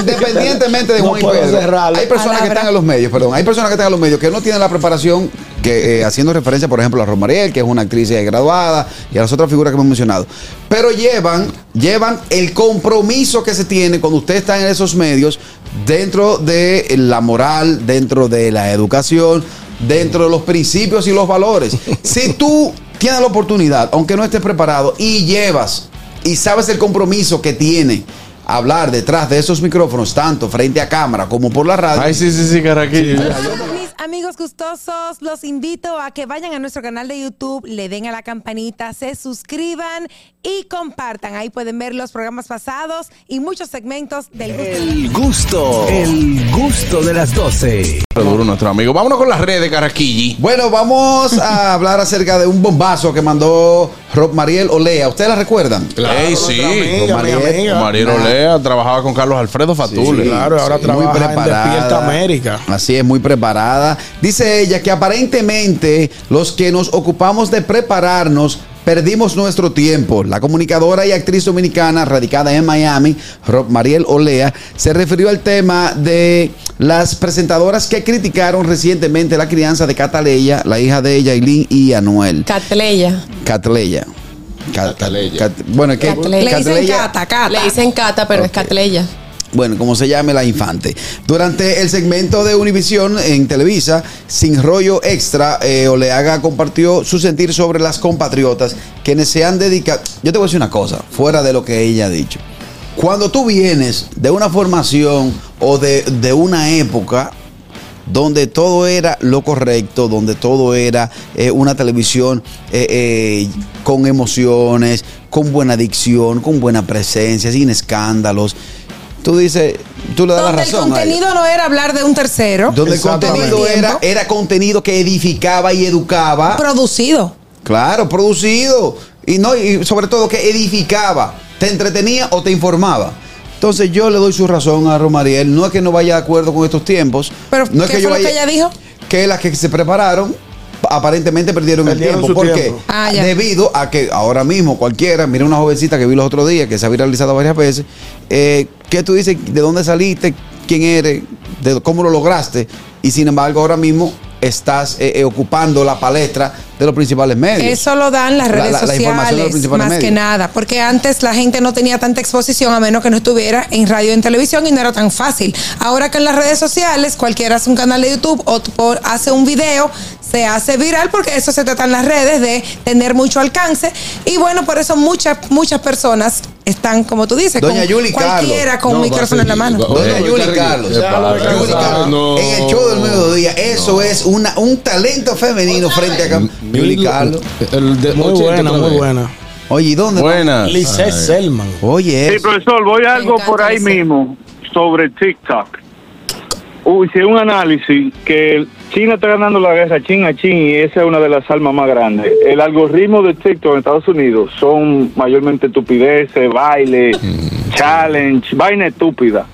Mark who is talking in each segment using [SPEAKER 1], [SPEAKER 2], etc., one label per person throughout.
[SPEAKER 1] Independientemente de
[SPEAKER 2] No
[SPEAKER 1] Juan y
[SPEAKER 2] puedo
[SPEAKER 1] Pedro,
[SPEAKER 2] cerrarlo.
[SPEAKER 1] hay personas que
[SPEAKER 3] Palabra.
[SPEAKER 1] están en los medios, perdón, hay personas que están en los medios que no tienen la preparación que eh, haciendo referencia, por ejemplo, a Romariel, que es una actriz eh, graduada, y a las otras figuras que hemos mencionado, pero llevan, llevan el compromiso que se tiene cuando usted está en esos medios dentro de la moral, dentro de la educación, dentro de los principios y los valores. Si tú tienes la oportunidad, aunque no estés preparado, y llevas y sabes el compromiso que tiene hablar detrás de esos micrófonos, tanto frente a cámara como por la radio.
[SPEAKER 4] Ay, sí, sí, sí, Caraquillo.
[SPEAKER 3] pues, Mis amigos gustosos, los invito a que vayan a nuestro canal de YouTube, le den a la campanita, se suscriban y compartan. Ahí pueden ver los programas pasados y muchos segmentos del
[SPEAKER 1] Eh,
[SPEAKER 3] gusto.
[SPEAKER 5] El gusto, el gusto de las 12.
[SPEAKER 4] Pero duro nuestro amigo. Vámonos con las redes, Caraquilli.
[SPEAKER 1] Bueno, vamos a hablar acerca de un bombazo que mandó Rob Mariel Olea. ¿Ustedes la recuerdan?
[SPEAKER 4] Claro, Ey, sí.
[SPEAKER 2] Amiga, mi
[SPEAKER 1] Mariel,
[SPEAKER 2] amiga.
[SPEAKER 4] Mariano Lea trabajaba con Carlos Alfredo Fatule.
[SPEAKER 2] Sí, claro, ahora
[SPEAKER 1] Sí,
[SPEAKER 2] trabaja en Despierta América.
[SPEAKER 1] Así es, muy preparada. Dice ella que aparentemente los que nos ocupamos de prepararnos perdimos nuestro tiempo. La comunicadora y actriz dominicana radicada en Miami, Rob Mariel Olea, se refirió al tema de las presentadoras que criticaron recientemente la crianza de Cataleya, la hija de Yailin y Anuel.
[SPEAKER 6] Catleya.
[SPEAKER 1] Cataleya. Cat-
[SPEAKER 4] Cataleya.
[SPEAKER 1] Cat- bueno, es que
[SPEAKER 6] Cataleya.
[SPEAKER 3] Le dicen
[SPEAKER 1] Cataleya-
[SPEAKER 3] cata, cata.
[SPEAKER 6] Le dicen Cata, pero es Catleya.
[SPEAKER 1] bueno, como se llame la infante. Durante el segmento de Univisión en Televisa, sin rollo extra, eh, Oleaga compartió su sentir sobre las compatriotas quienes se han dedicado. Yo te voy a decir una cosa, fuera de lo que ella ha dicho. Cuando tú vienes de una formación o de, de una época donde todo era lo correcto, donde todo era eh, una televisión eh, eh, con emociones, con buena dicción, con buena presencia, sin escándalos. Tú dices, tú le das la
[SPEAKER 3] Donde el
[SPEAKER 1] razón. a ella.
[SPEAKER 3] contenido no era hablar de un tercero.
[SPEAKER 1] donde el
[SPEAKER 2] Exactamente.
[SPEAKER 1] contenido era, era contenido que edificaba y educaba.
[SPEAKER 3] Producido.
[SPEAKER 1] Claro, producido. Y no, y sobre todo que edificaba, te entretenía o te informaba. Entonces yo le doy su razón a Romariel. No es que no vaya de acuerdo con estos tiempos.
[SPEAKER 3] Pero,
[SPEAKER 1] no es
[SPEAKER 3] ¿qué fue lo que ella dijo?
[SPEAKER 1] Que las que se prepararon aparentemente perdieron,
[SPEAKER 2] Perdieron
[SPEAKER 1] el
[SPEAKER 2] su
[SPEAKER 1] tiempo. Porque
[SPEAKER 2] tiempo.
[SPEAKER 3] Ah, ya.
[SPEAKER 1] debido a que ahora mismo cualquiera, mira una jovencita que vi los otros días, que se ha viralizado varias veces, eh, que tú dices, ¿de dónde saliste? ¿Quién eres? ¿De ¿Cómo lo lograste? Y sin embargo ahora mismo estás eh, eh, ocupando la palestra de los principales medios.
[SPEAKER 3] Eso lo dan las
[SPEAKER 1] La-
[SPEAKER 3] redes
[SPEAKER 1] la- la información de los
[SPEAKER 3] sociales,
[SPEAKER 1] principales
[SPEAKER 3] más que
[SPEAKER 1] medios.
[SPEAKER 3] nada, porque antes la gente no tenía tanta exposición a menos que no estuviera en radio y en televisión y no era tan fácil. Ahora que en las redes sociales cualquiera hace un canal de YouTube o t- por- hace un video, se hace viral porque eso se trata en las redes de tener mucho alcance y bueno, por eso muchas muchas personas están como tú dices,
[SPEAKER 1] Doña
[SPEAKER 3] con
[SPEAKER 1] Yuli
[SPEAKER 3] cualquiera con un micrófono en la mano.
[SPEAKER 1] Doña Yuli Carlos. Yuli Carlos, En el show del mediodía, eso es una, un talento femenino frente a Cam- Yuli Carlos.
[SPEAKER 2] Muy buena, muy buena.
[SPEAKER 1] Oye, ¿y dónde?
[SPEAKER 4] Buena.
[SPEAKER 2] Lisette Selman.
[SPEAKER 1] Oye,
[SPEAKER 7] Sí,
[SPEAKER 1] eso.
[SPEAKER 7] profesor, voy a
[SPEAKER 6] Me
[SPEAKER 7] algo por
[SPEAKER 6] encanta
[SPEAKER 7] ahí
[SPEAKER 6] eso.
[SPEAKER 7] mismo sobre TikTok. Uy, Hice un análisis que China está ganando la guerra chin a chin y esa es una de las armas más grandes. El algoritmo de TikTok en Estados Unidos son mayormente estupideces, baile, challenge, vaina estúpida.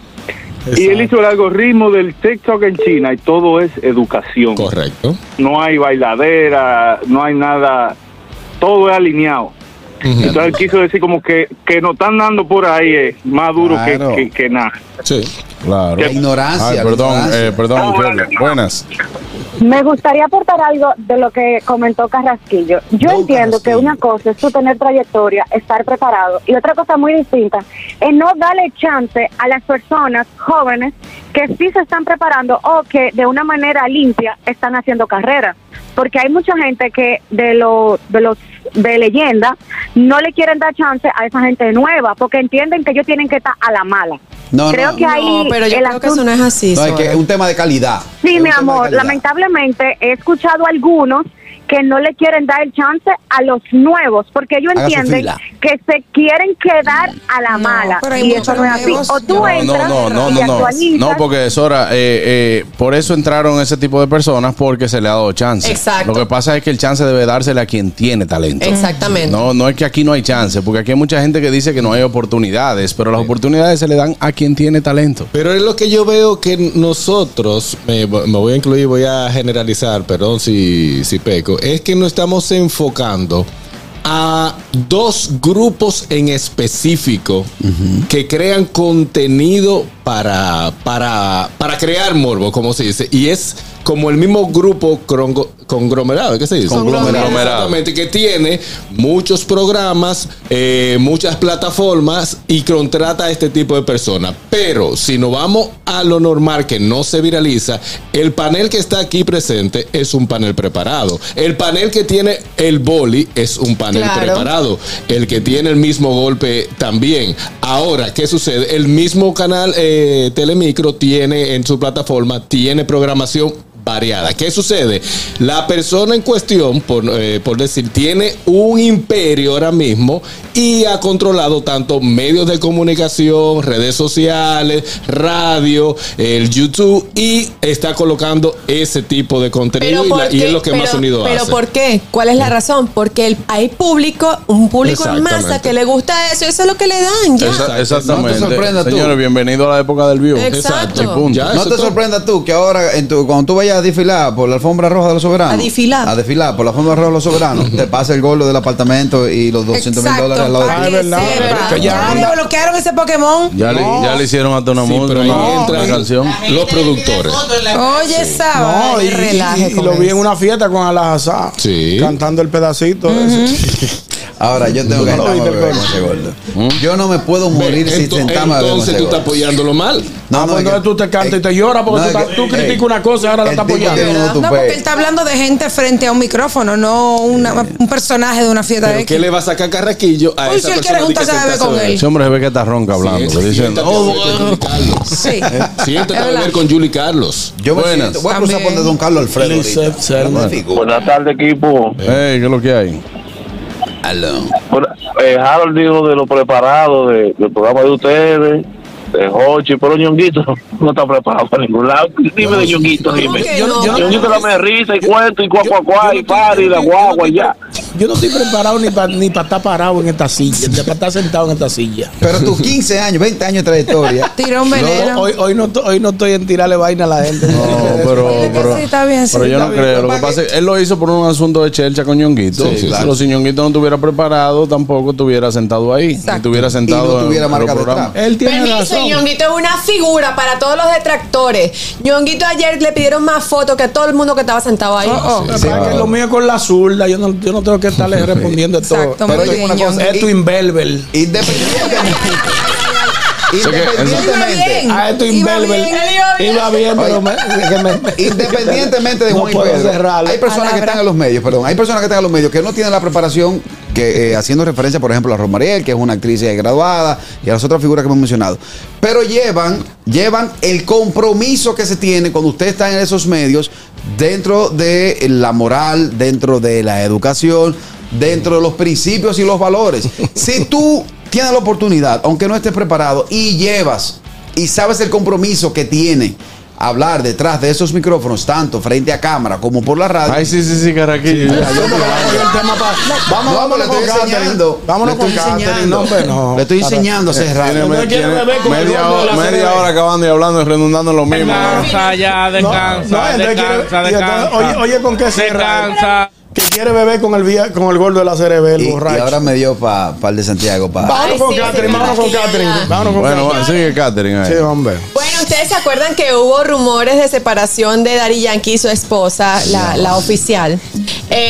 [SPEAKER 7] Y él hizo el algoritmo del TikTok en China y todo es educación.
[SPEAKER 4] Correcto.
[SPEAKER 7] No hay bailadera, no hay nada, todo es alineado. Entonces él quiso decir como que, que nos están dando por ahí eh, más duro que-
[SPEAKER 1] Claro.
[SPEAKER 7] que, que nada.
[SPEAKER 4] Sí, claro.
[SPEAKER 1] La ignorancia,
[SPEAKER 4] Ay,
[SPEAKER 1] la
[SPEAKER 4] perdón,
[SPEAKER 1] ignorancia.
[SPEAKER 4] eh, perdón,
[SPEAKER 7] No,
[SPEAKER 4] muchachos.
[SPEAKER 7] no, no.
[SPEAKER 4] Buenas.
[SPEAKER 8] Me gustaría aportar algo de lo que comentó Carrasquillo. Yo
[SPEAKER 1] Don
[SPEAKER 8] entiendo que
[SPEAKER 1] Carrasquillo.
[SPEAKER 8] una cosa es tú tener trayectoria, estar preparado, y otra cosa muy distinta es no darle chance a las personas jóvenes que sí se están preparando o que de una manera limpia están haciendo carrera. Porque hay mucha gente que de, lo, de los de leyenda no le quieren dar chance a esa gente nueva porque entienden que ellos tienen que estar a la mala.
[SPEAKER 1] No,
[SPEAKER 8] creo
[SPEAKER 1] no.
[SPEAKER 8] que ahí
[SPEAKER 6] No, pero yo
[SPEAKER 8] el
[SPEAKER 6] creo que eso
[SPEAKER 8] asunto-
[SPEAKER 6] no es así.
[SPEAKER 1] No, es que
[SPEAKER 6] Sora.
[SPEAKER 1] es un tema de calidad. Es
[SPEAKER 8] Sí,
[SPEAKER 1] un tema
[SPEAKER 8] mi
[SPEAKER 1] de
[SPEAKER 8] amor,
[SPEAKER 1] calidad.
[SPEAKER 8] lamentablemente he escuchado a algunos que no le quieren dar el chance a los nuevos, porque ellos
[SPEAKER 1] Haga su
[SPEAKER 8] entienden
[SPEAKER 1] fila.
[SPEAKER 8] que se quieren quedar a la
[SPEAKER 3] Mm. No,
[SPEAKER 8] mala.
[SPEAKER 3] pero hay
[SPEAKER 8] Y
[SPEAKER 3] muchos
[SPEAKER 8] eso no es así.
[SPEAKER 3] nuevos.
[SPEAKER 8] O tú
[SPEAKER 3] No,
[SPEAKER 8] entras
[SPEAKER 4] no, no, no,
[SPEAKER 8] y
[SPEAKER 4] no, no.
[SPEAKER 8] actualizas.
[SPEAKER 4] No, porque Sora, eh, eh, por eso entraron ese tipo de personas porque se le ha dado chance.
[SPEAKER 6] Exacto.
[SPEAKER 4] Lo que pasa es que el chance debe dársele a quien tiene talento.
[SPEAKER 6] Exactamente.
[SPEAKER 4] No, no es que aquí no hay chance, porque aquí hay mucha gente que dice que no hay oportunidades, pero las oportunidades se le dan a quien tiene talento.
[SPEAKER 9] Pero es lo que yo veo que nosotros, me, me voy a incluir, voy a generalizar, perdón si, si peco, es que no estamos enfocando a dos grupos en específico que crean contenido para, para, para crear morbo, como se dice. Y es como el mismo grupo crongo- conglomerado, ¿qué se dice?
[SPEAKER 4] Conglomerado.
[SPEAKER 9] Exactamente, que tiene muchos programas, eh, muchas plataformas y contrata a este tipo de personas. Pero si nos vamos a lo normal que no se viraliza, el panel que está aquí presente es un panel preparado. El panel que tiene el boli es un panel
[SPEAKER 6] Claro.
[SPEAKER 9] preparado lado. El que tiene el mismo golpe también. Ahora, ¿qué sucede? El mismo canal eh, Telemicro tiene en su plataforma, tiene programación variada. ¿Qué sucede? La persona en cuestión, por, eh, por decir, tiene un imperio ahora mismo y ha controlado tanto medios de comunicación, redes sociales, radio, el YouTube y está colocando ese tipo de contenido y, la-
[SPEAKER 6] ¿por
[SPEAKER 9] y
[SPEAKER 6] qué?
[SPEAKER 9] es lo que más
[SPEAKER 6] Pero-
[SPEAKER 9] unido
[SPEAKER 6] pero
[SPEAKER 9] hace.
[SPEAKER 6] ¿por qué? ¿Cuál es la razón? Porque el- hay público, un público en masa
[SPEAKER 9] Exactamente.
[SPEAKER 6] que le gusta eso, eso es lo que le dan ya.
[SPEAKER 4] Esa- exactamente.
[SPEAKER 1] No te sorprendas tú.
[SPEAKER 4] Señores, bienvenido a la época del view.
[SPEAKER 6] Exacto.
[SPEAKER 4] Y punto.
[SPEAKER 9] Ya,
[SPEAKER 1] No te
[SPEAKER 9] eso todo.
[SPEAKER 1] sorprendas tú que ahora en tu- cuando tú vayas a desfilar por la alfombra roja de los soberanos.
[SPEAKER 6] A desfilar.
[SPEAKER 1] A desfilar por la alfombra roja de los soberanos. te pasa el gordo del apartamento y los 200 mil dólares al lado de
[SPEAKER 3] para
[SPEAKER 1] ti.
[SPEAKER 3] que
[SPEAKER 2] verdad,
[SPEAKER 3] sepa.
[SPEAKER 2] pero que ya
[SPEAKER 3] Ya
[SPEAKER 2] anda.
[SPEAKER 3] desbloquearon ese Pokémon.
[SPEAKER 4] Ya, le, ya le hicieron hasta una
[SPEAKER 9] Sí, pero
[SPEAKER 4] música,
[SPEAKER 9] ahí
[SPEAKER 4] una,
[SPEAKER 9] entran
[SPEAKER 4] una canción.
[SPEAKER 9] los productores.
[SPEAKER 3] Oye,
[SPEAKER 6] Ah,
[SPEAKER 3] sábado.
[SPEAKER 2] No, y,
[SPEAKER 3] relaje
[SPEAKER 2] y- y
[SPEAKER 3] con
[SPEAKER 2] lo vi
[SPEAKER 3] eso.
[SPEAKER 2] en una fiesta con Alajazá.
[SPEAKER 9] Sí.
[SPEAKER 2] Cantando el pedacito. de ese.
[SPEAKER 1] Ahora yo tengo que
[SPEAKER 2] No lo
[SPEAKER 1] sentarme a
[SPEAKER 2] viste,
[SPEAKER 1] beber con ese gordo. ¿Mm? Yo no me puedo morir sin
[SPEAKER 9] Ento-
[SPEAKER 1] sentarme a beber con
[SPEAKER 9] entonces
[SPEAKER 1] ese
[SPEAKER 9] tú estás
[SPEAKER 1] gordo.
[SPEAKER 9] apoyándolo mal.
[SPEAKER 2] Ah, pues
[SPEAKER 1] es que-
[SPEAKER 2] entonces tú te cantas y te
[SPEAKER 1] eh,
[SPEAKER 2] lloras
[SPEAKER 1] no,
[SPEAKER 2] porque
[SPEAKER 1] es
[SPEAKER 2] tú, estás-
[SPEAKER 1] que-
[SPEAKER 2] tú criticas
[SPEAKER 1] eh,
[SPEAKER 2] una cosa y ahora la
[SPEAKER 1] el
[SPEAKER 2] estás
[SPEAKER 1] tipo
[SPEAKER 2] apoyando.
[SPEAKER 1] tiene un
[SPEAKER 3] No, porque
[SPEAKER 1] tupé.
[SPEAKER 3] él está hablando de gente frente a un micrófono, no una- un personaje de una fiesta de
[SPEAKER 9] Pero ¿qué
[SPEAKER 3] X.
[SPEAKER 9] le va a sacar carraquillo a esa
[SPEAKER 3] Uy, si él
[SPEAKER 9] persona
[SPEAKER 3] quiere
[SPEAKER 9] de que
[SPEAKER 3] juntarse a beber
[SPEAKER 9] sentarse
[SPEAKER 3] con
[SPEAKER 9] a
[SPEAKER 3] él.
[SPEAKER 4] Ese hombre se ve que está ronca hablando.
[SPEAKER 9] Sí,
[SPEAKER 4] que dicen,
[SPEAKER 9] siéntate a
[SPEAKER 4] "Oh,
[SPEAKER 9] beber con Julie Carlos.
[SPEAKER 3] Sí.
[SPEAKER 9] Siéntate a
[SPEAKER 3] Es verdad.
[SPEAKER 9] beber con Julie Carlos.
[SPEAKER 1] Yo me
[SPEAKER 4] Buenas.
[SPEAKER 1] siento, voy a cruzar
[SPEAKER 3] También.
[SPEAKER 1] por donde Don Carlos Alfredo.
[SPEAKER 2] Lizeth
[SPEAKER 1] ahorita.
[SPEAKER 2] Selma.
[SPEAKER 1] No me figuro.
[SPEAKER 7] Buenas tardes, equipo.
[SPEAKER 4] hey, ¿qué es lo que hay?
[SPEAKER 7] Bueno, eh, Harold dijo de lo preparado de- del programa de ustedes, de Hochi, pero Ñonguito no está preparado para ningún lado. Dime de Ñonguito, dime.
[SPEAKER 6] que
[SPEAKER 2] Yo no- yo no-
[SPEAKER 7] Ñonguito la me risa y
[SPEAKER 2] yo-
[SPEAKER 7] cuento y cuacuacuá
[SPEAKER 2] yo- yo no
[SPEAKER 7] y par y la
[SPEAKER 2] estoy-
[SPEAKER 7] guagua y
[SPEAKER 2] yo no
[SPEAKER 7] ya.
[SPEAKER 2] estoy- Yo no estoy preparado ni para ni pa estar parado en esta silla, ni para estar sentado en esta silla.
[SPEAKER 1] Pero tus 15 años, 20 años de trayectoria.
[SPEAKER 3] Tiró un veneno.
[SPEAKER 2] No, hoy, hoy no, to- hoy no estoy en tirarle vaina a la gente.
[SPEAKER 4] No, pero,
[SPEAKER 3] Dile que
[SPEAKER 4] pero,
[SPEAKER 3] sí, está bien, sí,
[SPEAKER 4] pero yo
[SPEAKER 3] está
[SPEAKER 4] no
[SPEAKER 3] bien.
[SPEAKER 4] creo. Lo que pasa es que él lo hizo por un asunto de chelcha con Ñonguito.
[SPEAKER 9] Sí, sí,
[SPEAKER 4] Pero si Ñonguito no estuviera preparado, tampoco estuviera sentado ahí.
[SPEAKER 3] Exacto.
[SPEAKER 4] Ni estuviera
[SPEAKER 1] Y no
[SPEAKER 4] sentado
[SPEAKER 1] tuviera
[SPEAKER 4] en
[SPEAKER 1] marca
[SPEAKER 4] los
[SPEAKER 1] de
[SPEAKER 4] programas.
[SPEAKER 1] trap.
[SPEAKER 2] Él tiene
[SPEAKER 6] Permiso,
[SPEAKER 2] razón.
[SPEAKER 6] Ñonguito es una figura para todos los detractores. Ñonguito ayer le pidieron más fotos que a todo el mundo que estaba sentado ahí.
[SPEAKER 2] Oh, oh,
[SPEAKER 9] Sí,
[SPEAKER 2] lo que
[SPEAKER 9] sí,
[SPEAKER 2] pasa es que
[SPEAKER 9] claro.
[SPEAKER 2] lo mío es con la zurda, yo no, yo no tengo que estarle respondiendo a todo.
[SPEAKER 3] Exacto,
[SPEAKER 1] Pero
[SPEAKER 3] muy
[SPEAKER 1] oye,
[SPEAKER 3] bien.
[SPEAKER 1] una cosa,
[SPEAKER 3] Ñonguito.
[SPEAKER 2] Es tu imberber.
[SPEAKER 1] Mm. Independientemente.
[SPEAKER 3] bien.
[SPEAKER 1] Independientemente.
[SPEAKER 2] Ah, esto
[SPEAKER 3] Iba
[SPEAKER 2] imberber.
[SPEAKER 3] bien,
[SPEAKER 6] él
[SPEAKER 2] Iba bien, pero
[SPEAKER 1] Oye,
[SPEAKER 2] me, que me-
[SPEAKER 1] Independientemente de
[SPEAKER 2] No
[SPEAKER 1] Juan y
[SPEAKER 2] puedo
[SPEAKER 1] Pedro,
[SPEAKER 2] cerrarlo.
[SPEAKER 1] hay personas que
[SPEAKER 3] Palabra.
[SPEAKER 1] están en los medios, perdón, hay personas que están en los medios que no tienen la preparación que eh, haciendo referencia, por ejemplo, a Romariel, que es una actriz eh, graduada, y a las otras figuras que hemos mencionado, pero llevan, llevan el compromiso que se tiene cuando usted está en esos medios dentro de la moral, dentro de la educación, dentro de los principios y los valores. Si tú tienes la oportunidad, aunque no estés preparado, y llevas y sabes el compromiso que tiene hablar detrás de esos micrófonos, tanto frente a cámara como por la radio.
[SPEAKER 4] Ay, sí, sí, sí, Caraquillo.
[SPEAKER 1] Vamos, vamos, le estoy enseñando.
[SPEAKER 2] Vámonos
[SPEAKER 1] le estoy
[SPEAKER 2] con Catherine.
[SPEAKER 1] enseñando.
[SPEAKER 2] No, hombre, no.
[SPEAKER 1] Le estoy enseñando a cerrar.
[SPEAKER 4] Tiene,
[SPEAKER 2] me-
[SPEAKER 4] me-
[SPEAKER 2] quiero
[SPEAKER 4] tiene
[SPEAKER 2] beber como el
[SPEAKER 4] media,
[SPEAKER 2] gordo de
[SPEAKER 4] hora,
[SPEAKER 2] la
[SPEAKER 4] media
[SPEAKER 2] CB.
[SPEAKER 4] hora acabando y hablando y redundando en lo mismo.
[SPEAKER 10] Descansa ya, descansa,
[SPEAKER 2] No, entonces quiere-
[SPEAKER 10] descansa,
[SPEAKER 2] y entonces,
[SPEAKER 10] descansa.
[SPEAKER 2] oye, oye, ¿con qué cerrar?
[SPEAKER 10] Descansa.
[SPEAKER 2] Que quiere beber con el, vía- con el gordo de la cerebel,
[SPEAKER 1] Y, y
[SPEAKER 2] borracho.
[SPEAKER 1] ahora me dio para el de Santiago. Pa.
[SPEAKER 2] Vámonos
[SPEAKER 6] Ay,
[SPEAKER 2] con
[SPEAKER 6] sí,
[SPEAKER 2] Catherine,
[SPEAKER 6] sí,
[SPEAKER 2] vámonos con
[SPEAKER 6] tranquila.
[SPEAKER 2] Catherine. Vámonos con
[SPEAKER 4] Bueno,
[SPEAKER 2] Catherine.
[SPEAKER 4] va, sigue Catherine ahí.
[SPEAKER 2] Sí, hombre.
[SPEAKER 6] Bueno, ustedes se acuerdan que hubo rumores de separación de Dari Yankee y su esposa, la, la oficial.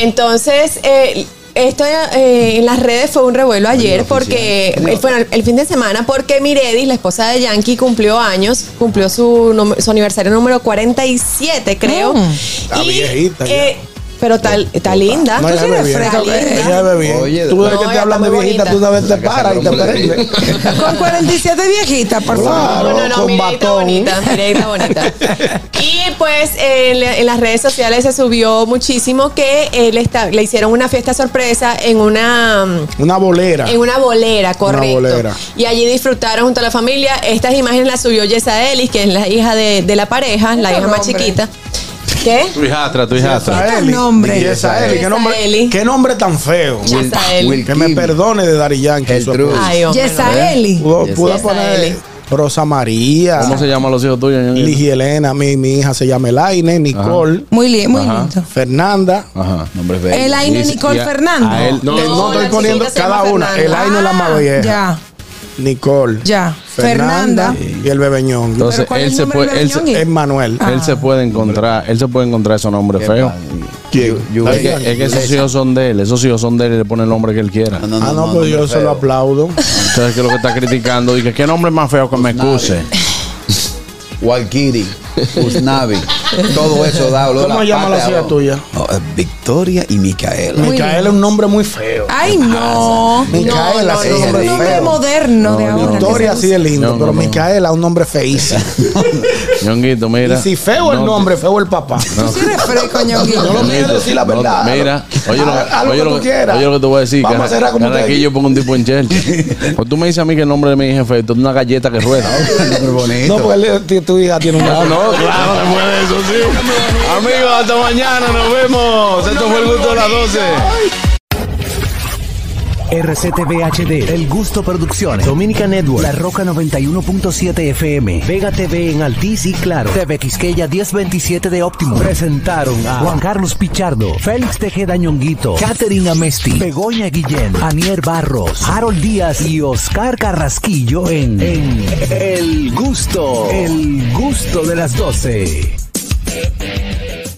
[SPEAKER 6] Entonces, eh, esto eh, en las redes fue un revuelo ayer porque, eh, bueno, el fin de semana, porque Miredis, la esposa de Yankee, cumplió años, cumplió su, nom- su aniversario número 47, creo.
[SPEAKER 2] Ah, Está viejita ya.
[SPEAKER 6] eh, pero tal- está, linda.
[SPEAKER 2] No,
[SPEAKER 6] Ah, Tú
[SPEAKER 2] ella
[SPEAKER 6] sí
[SPEAKER 2] bebe
[SPEAKER 6] eres
[SPEAKER 2] bien.
[SPEAKER 6] fresca, linda.
[SPEAKER 2] Ella bebe bien.
[SPEAKER 1] Oye,
[SPEAKER 2] tú ves
[SPEAKER 6] no,
[SPEAKER 2] que te
[SPEAKER 6] ella
[SPEAKER 2] hablan de
[SPEAKER 6] está muy
[SPEAKER 2] viejita, tú
[SPEAKER 6] bonita.
[SPEAKER 2] una vez te paras y te prendes.
[SPEAKER 3] Con 47 viejitas, por favor.
[SPEAKER 2] Claro,
[SPEAKER 6] no, no, no,
[SPEAKER 2] con
[SPEAKER 6] Mireita
[SPEAKER 2] batón.
[SPEAKER 6] bonita, Mireita bonita. Y pues en, la- en las redes sociales se subió muchísimo que eh, le, esta- le hicieron una fiesta sorpresa en una mm,
[SPEAKER 2] Una bolera.
[SPEAKER 6] en una bolera, correcto.
[SPEAKER 2] bolera.
[SPEAKER 6] Y allí disfrutaron junto a la familia. Estas imágenes las subió Yesa Ellis, que es la hija de, de la pareja, la hija más
[SPEAKER 3] nombre.
[SPEAKER 6] chiquita. ¿Qué?
[SPEAKER 4] Tu hijastra, tu hijastra.
[SPEAKER 2] Esa
[SPEAKER 3] Qué
[SPEAKER 2] Eli.
[SPEAKER 3] nombre.
[SPEAKER 2] Y esa Eli, qué nombre,
[SPEAKER 6] Eli.
[SPEAKER 2] qué nombre tan feo.
[SPEAKER 6] Yasaeli.
[SPEAKER 1] Will
[SPEAKER 2] Que me
[SPEAKER 1] Kim.
[SPEAKER 2] perdone de Dari Yankee.
[SPEAKER 1] El
[SPEAKER 2] su
[SPEAKER 1] true.
[SPEAKER 2] esposa.
[SPEAKER 6] Ay, hombre, no.
[SPEAKER 3] Yesaeli.
[SPEAKER 2] Pudo, pudo
[SPEAKER 6] Esa
[SPEAKER 2] poner
[SPEAKER 6] Eli.
[SPEAKER 2] Rosa María.
[SPEAKER 4] ¿Cómo se llaman los hijos tuyos? ñoñito?
[SPEAKER 2] Ligia Elena, mi, mi hija se llama Elaine, Nicole,
[SPEAKER 3] Muy bien, muy lindo.
[SPEAKER 2] Fernanda.
[SPEAKER 4] Ajá.
[SPEAKER 1] Nombre feo.
[SPEAKER 3] El Aine
[SPEAKER 4] Y-
[SPEAKER 3] Nicole
[SPEAKER 4] y a-
[SPEAKER 3] Fernández.
[SPEAKER 4] a él-
[SPEAKER 9] No,
[SPEAKER 2] No,
[SPEAKER 6] No,
[SPEAKER 2] no
[SPEAKER 6] la
[SPEAKER 2] estoy
[SPEAKER 6] chiquita
[SPEAKER 2] poniendo
[SPEAKER 6] se llama
[SPEAKER 2] cada una.
[SPEAKER 6] Fernanda. Ah,
[SPEAKER 2] Elaine es la más vieja.
[SPEAKER 3] Ya.
[SPEAKER 2] Nicole.
[SPEAKER 3] Ya.
[SPEAKER 2] Fernanda.
[SPEAKER 3] Fernanda. Ah.
[SPEAKER 2] Y el bebeñón.
[SPEAKER 9] Entonces,
[SPEAKER 3] ¿Pero cuál
[SPEAKER 9] él
[SPEAKER 3] es el
[SPEAKER 9] se
[SPEAKER 3] nombre
[SPEAKER 9] puede.
[SPEAKER 3] del
[SPEAKER 9] Él se,
[SPEAKER 3] Ñongui?
[SPEAKER 2] es Manuel.
[SPEAKER 9] él se puede encontrar. Él se puede encontrar esos nombres feos.
[SPEAKER 2] ¿Quién?
[SPEAKER 1] Yu-
[SPEAKER 9] Es que, es que esos hijos son de él. Esos hijos son de él y le pone el nombre que él quiera.
[SPEAKER 1] No, no,
[SPEAKER 2] Ah, no,
[SPEAKER 1] no,
[SPEAKER 2] pues
[SPEAKER 1] no,
[SPEAKER 2] yo
[SPEAKER 1] no,
[SPEAKER 2] se lo
[SPEAKER 1] feo.
[SPEAKER 2] aplaudo.
[SPEAKER 9] Entonces, que lo que está criticando, dije, ¿qué nombre más feo que me excuse?
[SPEAKER 1] Walkiri, Usnavi, todo eso da olor
[SPEAKER 2] ¿Cómo
[SPEAKER 1] a
[SPEAKER 2] llama la
[SPEAKER 1] pata,
[SPEAKER 2] ciudad
[SPEAKER 1] ¿no?
[SPEAKER 2] tuya?
[SPEAKER 1] Oh, eh, Victoria y Micaela.
[SPEAKER 3] Muy
[SPEAKER 2] Micaela es
[SPEAKER 3] bien.
[SPEAKER 2] un nombre muy feo.
[SPEAKER 3] Ay, no. No,
[SPEAKER 2] Micaela,
[SPEAKER 3] no,
[SPEAKER 2] sí,
[SPEAKER 3] no,
[SPEAKER 1] es
[SPEAKER 3] un
[SPEAKER 1] rico.
[SPEAKER 3] nombre moderno de ahora. que
[SPEAKER 2] Victoria
[SPEAKER 3] se
[SPEAKER 2] sí es lindo,
[SPEAKER 9] No, no,
[SPEAKER 2] pero
[SPEAKER 9] no.
[SPEAKER 2] Micaela es un nombre feísimo.
[SPEAKER 9] Ñonguito,
[SPEAKER 2] y
[SPEAKER 9] mira.
[SPEAKER 2] si feo el
[SPEAKER 9] no-
[SPEAKER 2] nombre, feo el papá.
[SPEAKER 3] usa. Sí eres fresco, Ñonguito.
[SPEAKER 2] No lo
[SPEAKER 9] Ñonguito,
[SPEAKER 2] mires, decir la
[SPEAKER 9] no,
[SPEAKER 2] verdad.
[SPEAKER 9] mira, oye lo,
[SPEAKER 2] Haz- haz lo
[SPEAKER 9] oye
[SPEAKER 2] que
[SPEAKER 9] lo
[SPEAKER 2] tú
[SPEAKER 9] que-
[SPEAKER 2] quieras.
[SPEAKER 9] oye lo que te voy a decir.
[SPEAKER 2] Vamos a
[SPEAKER 9] cara-
[SPEAKER 2] cerrar como
[SPEAKER 9] cara
[SPEAKER 2] te
[SPEAKER 9] aquí
[SPEAKER 2] dije.
[SPEAKER 9] yo pongo un tipo en Chelsea.
[SPEAKER 4] Pues
[SPEAKER 9] o tú me dices a mí que el nombre de mi hija es feo, tú una galleta que rueda.
[SPEAKER 1] Muy bonito.
[SPEAKER 2] No, porque él- tu- tu hija tiene un
[SPEAKER 9] Ah, no, claro, después de eso, sí. Amigos, hasta mañana, nos vemos. Esto fue el gusto de las 12.
[SPEAKER 4] RCTV HD, El Gusto Producciones, Dominica Network, La Roca 91.7 FM, Vega TV en Altiz y Claro, TV Quisqueya 1027 de Óptimo. Presentaron a Juan Carlos Pichardo, Félix Tejeda Ñonguito, Katherine Amesti, Begoña Guillén, Anier Barros, Harold Díaz y Oscar Carrasquillo en, en El Gusto, El Gusto de las 12.